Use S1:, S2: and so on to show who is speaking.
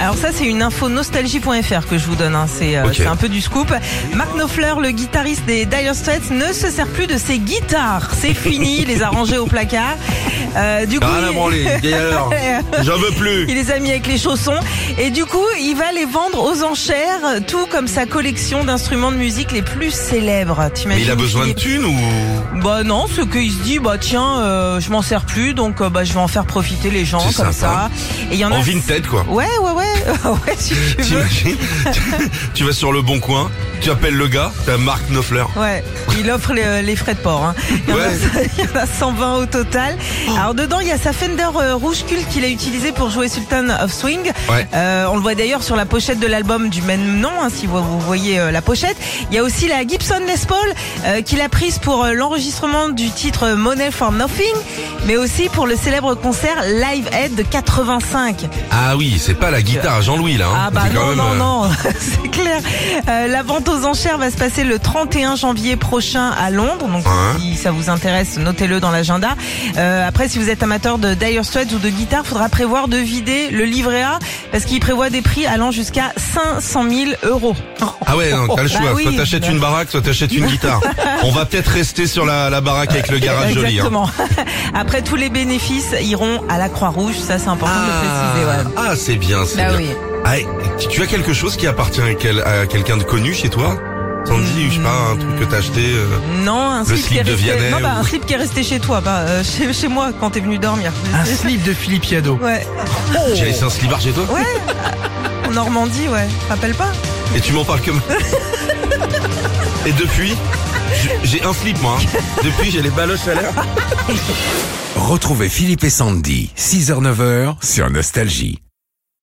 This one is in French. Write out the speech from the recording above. S1: Alors ça, c'est une info nostalgie.fr que je vous donne. hein. C'est euh,
S2: Ok.
S1: c'est un peu du scoop. Mark Knopfler, le guitariste des Dire Straits, ne se sert plus de ses guitares. C'est fini, il les a rangées au placard. Euh, du coup,
S3: Rien à
S1: il-
S3: branler, gaillard. J'en veux plus.
S1: il les a mis avec les chaussons. Et du coup, il va les vendre aux enchères, tout comme sa collection d'instruments de musique les plus célèbres.
S3: Mais
S1: T'imagines
S3: il a besoin de
S1: Philippe
S3: thunes ou
S1: Bah non, ce qu'il se dit, bah tiens, euh, je m'en sers plus, donc euh, bah je vais en faire profiter les gens
S3: C'est sympa.
S1: comme ça. Et il y en a.
S3: en vintage quoi
S1: Ouais, ouais, ouais, Ah ouais, si tu veux.
S3: T'imagines Tu vas sur le bon coin, tu appelles le gars, t'as Marc Knopfler.
S1: Ouais, il offre les, les frais de port. Hein. Il, y en a,
S3: Ouais.
S1: il y en a 120 au total. Alors dedans, il y a sa Fender euh, rouge culte qu'il a utilisée pour jouer Sultan of Swing.
S3: Ouais.
S1: Euh, on le voit d'ailleurs sur la pochette de l'album du même nom, hein, si vous, vous voyez euh, la pochette. Il y a aussi la Gibson Les Paul euh, qu'il a prise pour euh, l'enregistrement du titre Money for Nothing, mais aussi pour le célèbre concert Live Aid de 85.
S3: Ah oui, c'est pas la guitare à Jean-Louis là. hein.
S1: Ah bah
S3: C'est quand
S1: non,
S3: même,
S1: non,
S3: euh,
S1: non, c'est clair. Euh, la vente aux enchères va se passer le 31 janvier prochain à Londres. Donc
S3: Ouais.
S1: si ça vous intéresse, notez-le dans l'agenda. Euh, après, si vous êtes amateur de Dire Straits ou de guitare, faudra prévoir de vider le livret A parce qu'il prévoit des prix allant jusqu'à 500 000 euros.
S3: Ah ouais, non, t'as le
S1: Bah
S3: choix. soit
S1: oui.
S3: t'achètes une baraque, soit t'achètes une guitare. On va peut-être rester sur la, la baraque avec le garage joli. hein.
S1: Exactement. Après, tous les bénéfices iront à la Croix-Rouge. Ça, c'est important de le préciser.
S3: Ah,
S1: ouais.
S3: ah, c'est bien, c'est
S1: Bah
S3: bien.
S1: oui.
S3: Ah, et tu- tu as quelque chose qui appartient à, quel- à quelqu'un de connu chez toi Sandy, ou je sais pas, un truc que t'as acheté euh,
S1: Non, un slip, qui est
S3: slip de
S1: resté...
S3: Vianney
S1: non, bah,
S3: ou-
S1: un slip qui est resté chez toi, bah, euh, chez, chez moi quand t'es venu dormir.
S3: Ah,
S2: Un slip de Philippe Yado.
S1: Ouais.
S3: J'ai laissé un slibard chez toi
S1: Ouais, en Normandie, ouais. Tu te rappelles pas
S3: Et tu m'en parles que maintenant. Et depuis, j'- j'ai un slip moi. hein. Depuis, j'ai les baloches à l'air.
S2: Retrouvez Philippe et Sandy, 6h-9h sur Nostalgie.